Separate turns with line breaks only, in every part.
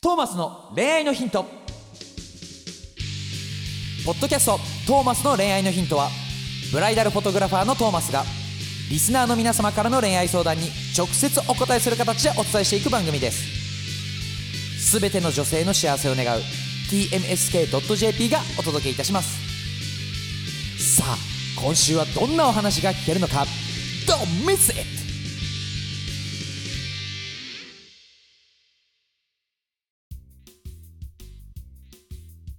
トーマスの恋愛のヒントポッドキャスト「トーマスの恋愛のヒントは」ブライダルフォトグラファーのトーマスがリスナーの皆様からの恋愛相談に直接お答えする形でお伝えしていく番組ですすべての女性の幸せを願う TMSK.jp がお届けいたしますさあ今週はどんなお話が聞けるのか Don't miss it!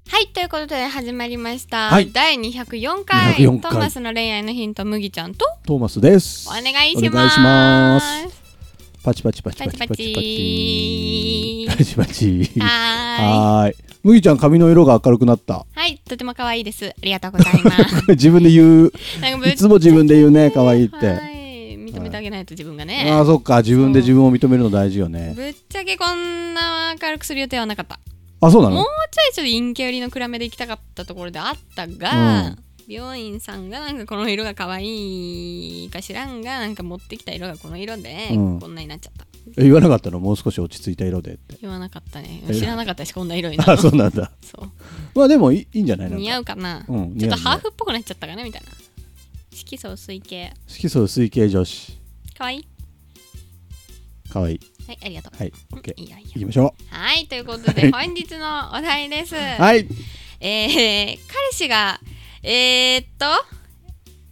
はい、ということで始まりました。
はい
第204回
204回
トーマスの恋愛のヒント、麦ちゃんと
トーマスです。
お願いします。
パチパチパチパチパチパチパ
パ
チパチ。
はーい。
はーい。麦ちゃん髪の色が明るくなった。
はい、とても可愛いです。ありがとうございます。
自分で言う。
なんかぶ
いつも自分で言うね、可愛いっ
は
て。
い、認めてあげないと自分が
ああ、
ね。
そっか。自分で自分を認めるの大事よね。
ぶっちゃけこんな明るくする予定はなかった。
あ、そうな
もう
の
ちょいちょっと陰気寄りの暗めで行きたかったところであったが、
うん
病院さんがなんかこの色が可愛いか知らんがなんか持ってきた色がこの色で、
うん
こんなになっちゃった
え言わなかったのもう少し落ち着いた色でって。
言わなかったね
え
知らなかったしこんな色にな
あ、
るの
そうなんだ。
そう
まあでもいいいいんじゃないなん
似
か
合うかな、
うん
ちょっと
似合う
ハーフっぽくなっちゃったかなみたいな色素薄い系
色素薄い系女子。
可愛い
可愛い。
はいありがとう、
はい。オ
うん
ッケー。
いいよいい
行き
よ
ましょ
はいということで本日のお題です、
う。はい。
えー、彼氏がえー、っと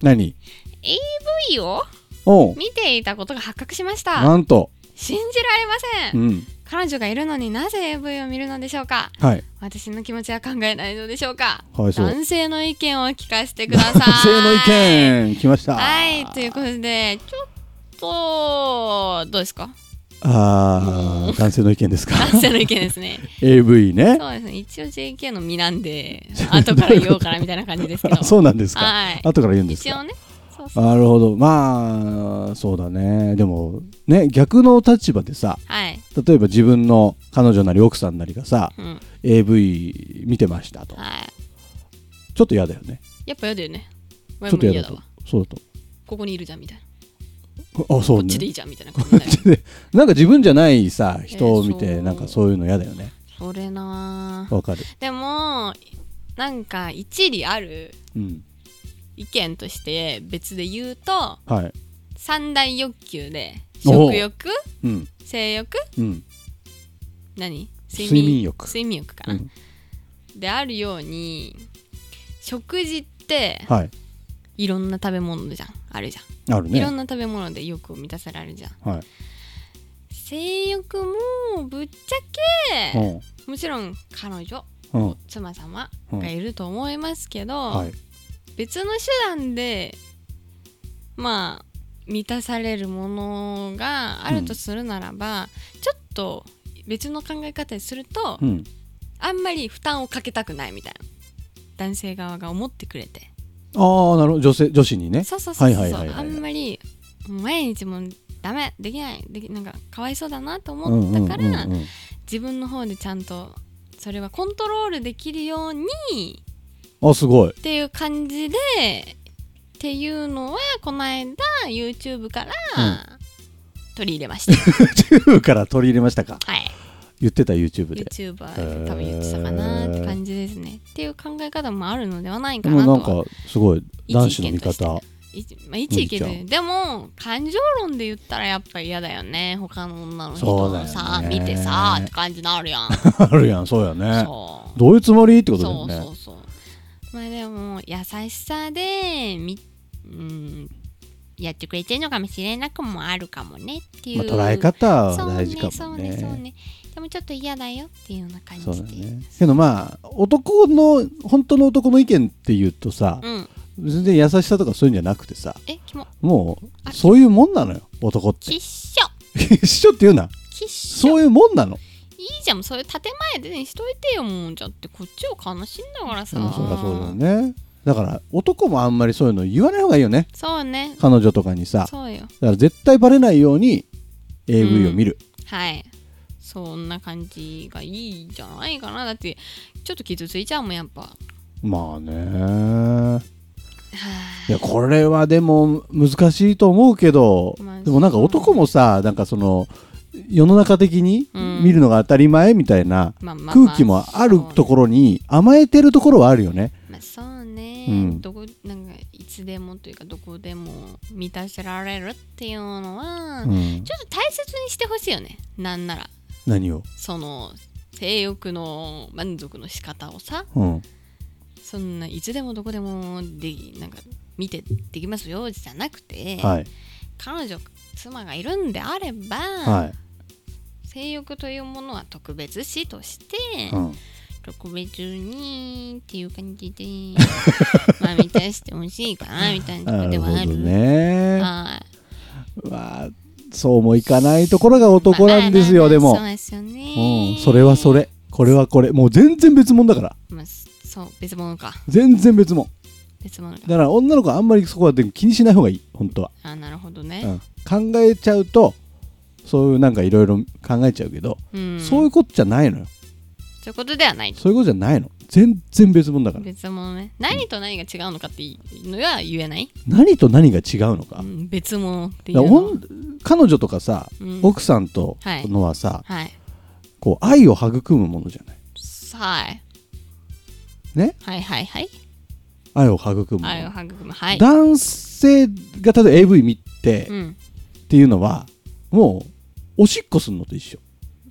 何
AV を
おう。
見ていたことが発覚しました
なんと。
信じられませ、
うんん。
彼女がいるのになぜ AV を見るのでしょうか
はい。
私の気持ちは考えないのでしょうか
かわいそう。
男性の意見を聞かせてください
男性の意見来ました。
はいということでちょっとどうですか
ああ、男性の意見ですか。
男性の意見ですね
AV ね。
そうですね一応 JK の身なんで後から言おうかなみたいな感じですけど
あそうなんですか。
はい
後から言うんです
一応
か。
ねそうそう
なるほど。まあ、そうだね。でも、ね、逆の立場でさ、
はい、
例えば自分の彼女なり奥さんなりがさ、
うん、
AV 見てましたと。
はい
ちょっと嫌だよね。
やっぱ嫌だよねち
ちょっと嫌だ
だ
と
わ。
そうだ
ここにいるじゃんみたいな、
と。あ、そ
こ
う
っ
ね
ち。でいいじゃんみたいなことになる
なんか自分じゃないさ、人を見
えー
て、
そう
なんかそういうの嫌だよね。
それなあ
わかる。
でもなんか一理ある
うん。
意見として別で言うと
はい。
三大欲求で
おう
食欲
うん。
性欲
うん。
何
睡眠欲
睡眠欲かな、
うん
であるように食事って
はい。
いろんな食べ物じゃんあるじゃん、
ある
いろ
ね
ん。な食べ物で欲を満たせられるじゃん
はい。
性欲もぶっちゃけ、もちろん彼女
うん。うん。
妻様
うん
がいると思いますけど、
はい。
別の手段でまあ満たされるものがあるとするならば、ちょっと別の考え方にすると、
うん。
あんまり負担をかけたくないみたいな男性側が思ってくれて
ああ、なるほど。女性、女子にね。
そうそうそうそう
はいはい
そ
はいうは
あ
い
んまり毎日もダメできないできなんかかわいそうだなと思ったから、
うんうんうんうん
自分の方でちゃんとそれはコントロールできるように
あすごい
っていう感じでっていうのはこの間 YouTube から取り入れました、
YouTube から取り入れましたか
はい
言ってた YouTube で
YouTuber 多分言ってたかなって感じですねっていう考え方もあるのではない
で
かな
も
と
な
は
んかすごい男子の
一意
味
見
方
と一まあ、一意見
麦ち
ででも感情論で言ったらやっぱ嫌だよね他の女の人
そうだよ
を
ね
さ、見てさって感じになるや ん
あるやんそうやね
そう
どういうつもりってことだ
そ
よ
うそう
ね
そうまあでも優しさでみ、うん、やってくれてるのかもしれなくもあるかもねっていう、
まあ捉え方は大事か
そ
も
うねそうねそう
ね
ねでもちょっと嫌だよっていうような感じ
そ
で
うだねけどまあ男の本当の男の意見っていうとさ
うん
全然優しさとかそういうんじゃなくてさ
えキモ
も
あ
うそういうもんなのよ男っ
き
て
っしょ
一緒って言うな
きっしょ
そういうもんなの
いいじゃんそういう建前でしといてよもうじゃってこっちを悲しいんだからさ、
うんそうだそうだよねだから男もあんまりそういうの言わない方がいいよね
そうね
彼女とかにさ
そうよ
だから絶対バレないように AV を見る、
はいそんな感じがいいじゃないかなだってちょっと傷ついちゃうもんやっぱは
まあね
あ
いやこれはでも難しいと思うけど、
まあ
でもなんか男もさなんかその世の中的に
うん
見るのが当たり前みたいな
まあまあまあ
空気もあるところに甘えてるところはあるよね。
まあ、そうね、
うん
どこなんかいつでもというかどこでも満たせられるっていうのは、
うん
ちょっと大切にしてほしいよねなんなら
何を、
その性欲の満足の仕方をさ
うん
そんないつでもどこでもできなんか見てできますよじゃなくて、
はい
彼女妻がいるんであれば、
は
性欲というものは特別視として、
い、うん
特別にっていう感じ でまあ満たしてほしいかなみたいなとこ
な
で
る
は
ほ
あ
ど
る
ね。
は
わあそうもいかないところが男なんですよ、
まあ
でも、
そうですよね
うん、それはそれこれはこれもう全然別物だから
まあそう別物か
全然別物
別物か
だから女の子はあんまりそこはでも気にしない方がいい本当は、
あなるほど
う
ね
ん、考えちゃうとそういうなんかいろいろ考えちゃうけど、
うん
そういうことじゃないのよ
そういうことではない
そういうことじゃないの全然別物だから
別物ね何と何が違うのかっていうのが言えない、
何と何が違うのか,、
う
だか
ん、別物っていう
ら
の
おん彼女とかさ、
うん
奥さんと
はい
のはさ、
はい
こう愛を育むものじゃない
はい
ね
はいはいはい
愛を育むもの
愛を育むはい
男性が例えば AV 見て、
う
っ
ん
ていうのはもうおしっこするのと一緒、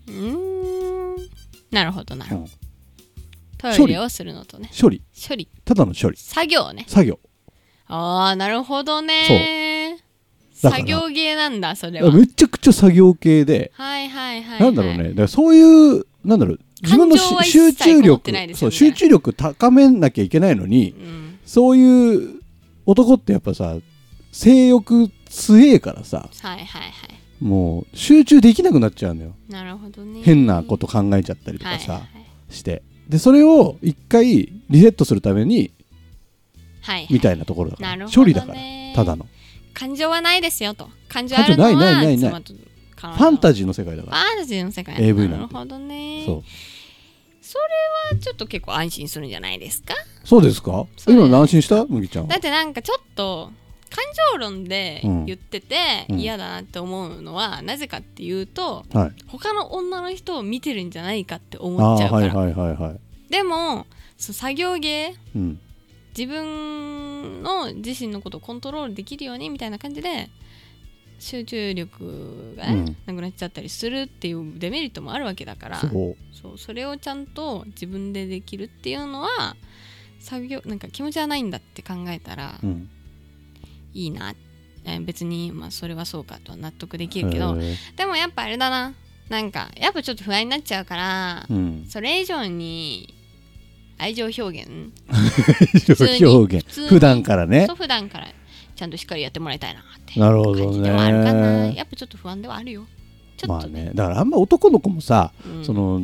うーんなるほどなるほど
うん
ト
処
イ
理
レをするのとね
処理
処理
ただの処理
作業ね
作業
ああなるほどね
そうだから
作業芸なんだそれは
めちゃくちゃ作業系で、
はいはいはい、はい、
なんだろうねだからそういうなんだろう自分のし
感情は一
集
切
中
こもって
力
ないです
そ
よ
う
みたい
集
な
中力高めなきゃいけないのに
うん
そういう男ってやっぱさ性欲強えからさ
はいはいはい
もう集中できなくなっちゃうのよ
なるほどね
変なこと考えちゃったりとかさ、
はい
してでそれを一回リセットするために
はいはい、
みたいなところだか
な
ら
るほど、ね、
処理だからただの
感情はないですよと感情あるのは
感情ないないないな
妻
い
と彼女
ファンタジーの世界だ
フ
か
ァンタジーの世界
AV な
なんる
て
ほど
ら
ね
そう
それはちょっと結構安心するんじゃないですか
そうですか
そう
今の安心した麦ちゃんは
だってなんかちょっと感情論で言ってて
うん
嫌だなって思うのは、なぜかっていうと
はい
他の女の人を見てるんじゃないかって
あ
思っちゃ
あ
うから、
はいはいはいはい
でもそう作業芸
うん
自分の自身のことをコントロールできるようにみたいな感じで集中力がね、
うん
なくなっちゃったりするっていうデメリットもあるわけだから
そう
そうそれをちゃんと自分でできるっていうのは作業なんか気持ちはないんだって考えたら
うん
いいな、えー別に、まあ、それはそうかとは納得できるけど、
へえ
でもやっぱあれだななんかやっぱちょっと不安になっちゃうから、
うん
それ以上に愛情表現通に
表現
普通に
普段からね
そう普段からちゃんとしっかりやってもらいたいなって
なるほど
感じではあるかな
ね
やっぱちょっと不安ではあるよちょ
ま
っ
あ
と
ねだからあんま男の子もさ
うん
その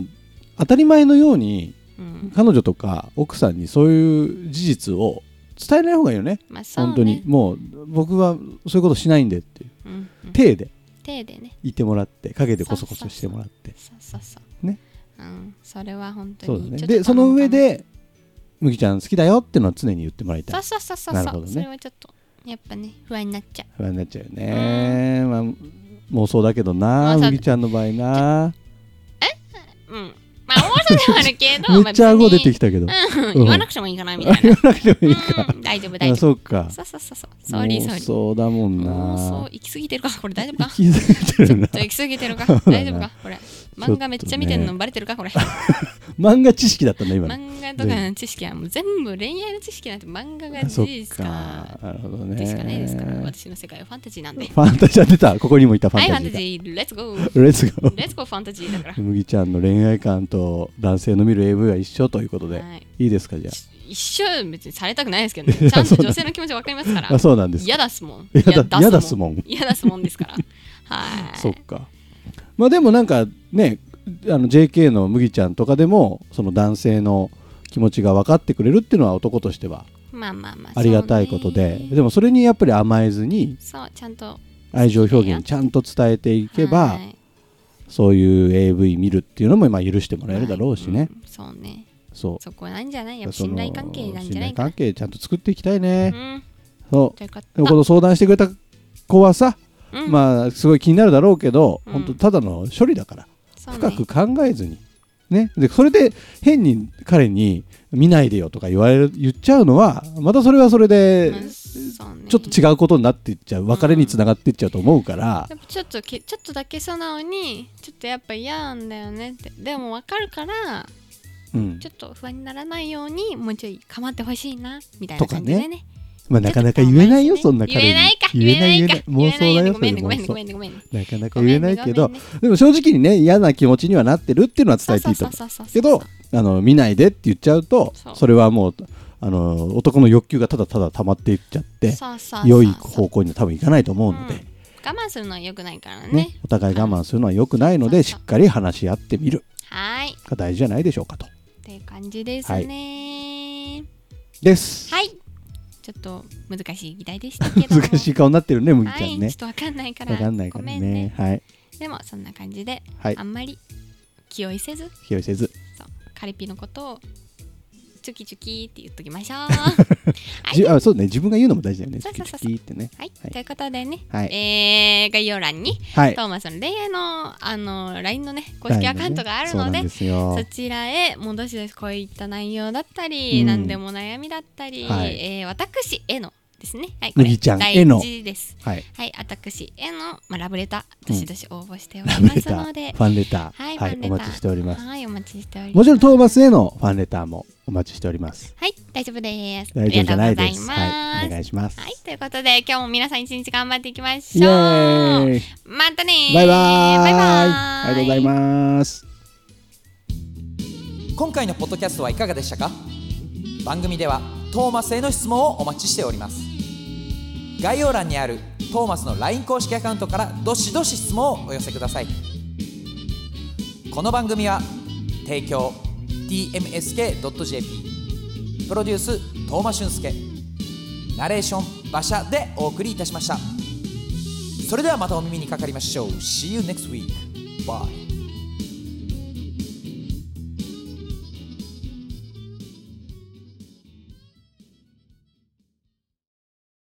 当たり前のように
うん
彼女とか奥さんにそういう事実を伝えない方がいいよね
まあそうね
本当にもう僕はそういうことしないんでっていう
うんうん
体で
手でね
いてもらって陰でこそこそしてもらって
そうそうそう
ね
うんそれは本当
そう
に
だ
ちょ
ね
っと
でその
頼む
上で麦ちゃん好きだよってのは常に言ってもらい
か
た
ないそうそうそう
な
そ
るほ
う、
どね
それはちょっとやっぱね不安になっちゃ
不安になっちゃうよねまあ妄想だけどな
妄想
麦ちゃんの場合な
ううんまあ大さではあるけど
めっちゃ顎出て
き
きたけ
う
ど
ん
うん
言わなくてもいいかなみたいな
言わなくて もいいか
うん大丈夫大丈
あ
夫
そうか
そうそうそうそうソーリーソー
妄
リー
想だもん
妄想
な
行き過ぎてるかこれ大丈夫か
気づいてるな
ちょっと行き過ぎてるか
そうだな
大丈夫かこれ漫画めっちゃ見てんのバレてるかこ れ
漫画知識だったんだ今の
漫画とかの知識はもう全部恋愛の知識なんて漫画が
あそ
事
っ
実
か
か
なるほどね
でしかないですから
フ
私の世界はファンタジーなんで
ァンタジーは出たここにもいたファ
は
ン
いファ
タ
ン
ジ
タ
ー
ジ
が
ーレッツゴー
レッツゴー
レッツゴーファンタジーだから
麦ちゃんの恋愛観と男性の見る AV は一緒ということで、
はい
い、いですかじゃ
一生別にされたくないですけどねちゃんと女性の気持ちわかりますから
ああそうなんです
嫌だっすもん
嫌だ嫌だっすもん
嫌だっすもんですからはい
そっかまあでもなんかねあの JK の麦ちゃんとかでもその男性の気持ちが分かってくれるっていうのは男としては
まあまあまあ
ありがたいことで、
そうね
でもそれにやっぱり甘えずに
そうちゃんと
愛情表現ちゃんと伝えていけば、
はい
そういう AV 見るっていうのもまあ許してもらえるだろうしね、
んそうね
そう
そこなんじゃないやっぱ
その
信頼関係なんじゃないかな
信頼関係ちゃんと作っていきたいね、
うん
そう
じゃあよかった
でもこの相談してくれた子はさ
うん
まあすごい気になるだろうけど、
うん
本当ただの処理だから
そうね
深く考えずに、ね、でそれで変に彼に見ないでよとか言われる言っちゃうのはまたそれはそれで
まあそうね
ちょっと違うことになっていっちゃう別れにつながっていっちゃうと思うから、
やっぱちょっとけちょっとだけ素直にちょっとやっぱ嫌なんだよねってでも分かるから
うん
ちょっと不安にならないようにもうちょい構ってほしいなみたいな感じでね
まあ、なかなか言えないよ
ちょ
そ
っ
んな
と
彼に
言えないか言えないか
言えない言えない妄想だよ
ごめんね
そ
ご
れ
めんねご
妄想
めんねごめんね
なかなか
ごめんね
言えない
ご
けど、
めんね
でも正直にね嫌な気持ちにはなってるっていうのは伝えていいと思う
そうそうそうそう
けどあの見ないでって言っちゃうと
そう
それはもうあの男の欲求がただただ溜まっていっちゃって
そうそうそう
良い方向には多分いかないと思うので、
うん我慢するのは良くないからね
ねお互い我慢するのは良くないの
は
で
い
しっかり話し合ってみる
はーい
が大事じゃないでしょうかと。
っていう感じですね
です。
はい、ちょっと難しい議題でしたけども
難しい顔になってるねむぎ
は
ちゃん
い、
ね
ちょっ。とわかんないから
わかんないから
ごめん
ね
ね。
はい
でもそんな感じで、
はい
あんまり気負いせず
気をせず。
そうカレピのことをチュキチュキって言っときましょう はい
じあそうね自分が言うのも大事だよね。
そう
チ
そ
キ
うそうそ
チ
う
キってね。
はい、
はい
ということでね、
はい
えー概要欄に、
はい
ト。ーマスの恋愛のあの LINE のね公式アカウントがあるの
そうな
で
んですよ
そちらへもうどしどしこういった内容だったり、
うん
何でも悩みだったり、
はい
えー私へのですね、はい、
麦ちゃん
大
への
事です。
はい。
はい、私への、まあ、ラブレター、
う
ど
ん
しどし応募しており
ラブ
ま
レ
す
ター
ので、
ファンレタ
はい、
ーはい
ファンレ
お
ター
待ちしております。
はい、お待ちしております。
もちろんトーマスへのファンレターもお待ちしております。
はい、大丈夫です。
大丈夫じゃないです。
あ
は
りがとうござい
い、お
ます。
願いします。
はい、ということで、今日も皆さん一日頑張っていきまし
イエ
ょう。
ーイ。
またねー
バイバーイ。
バイバーイ
ありがとうございます。
今回のポッドキャストはいかがでしたか番組ではトーマスへの質問をお待ちしております概要欄にあるトーマスの LINE 公式アカウントからどしどし質問をお寄せくださいこの番組は提供 tmsk.jp プロデューストーマ俊介ナレーション馬車でお送りいたしましたそれではまたお耳にかかりましょう See you next week Bye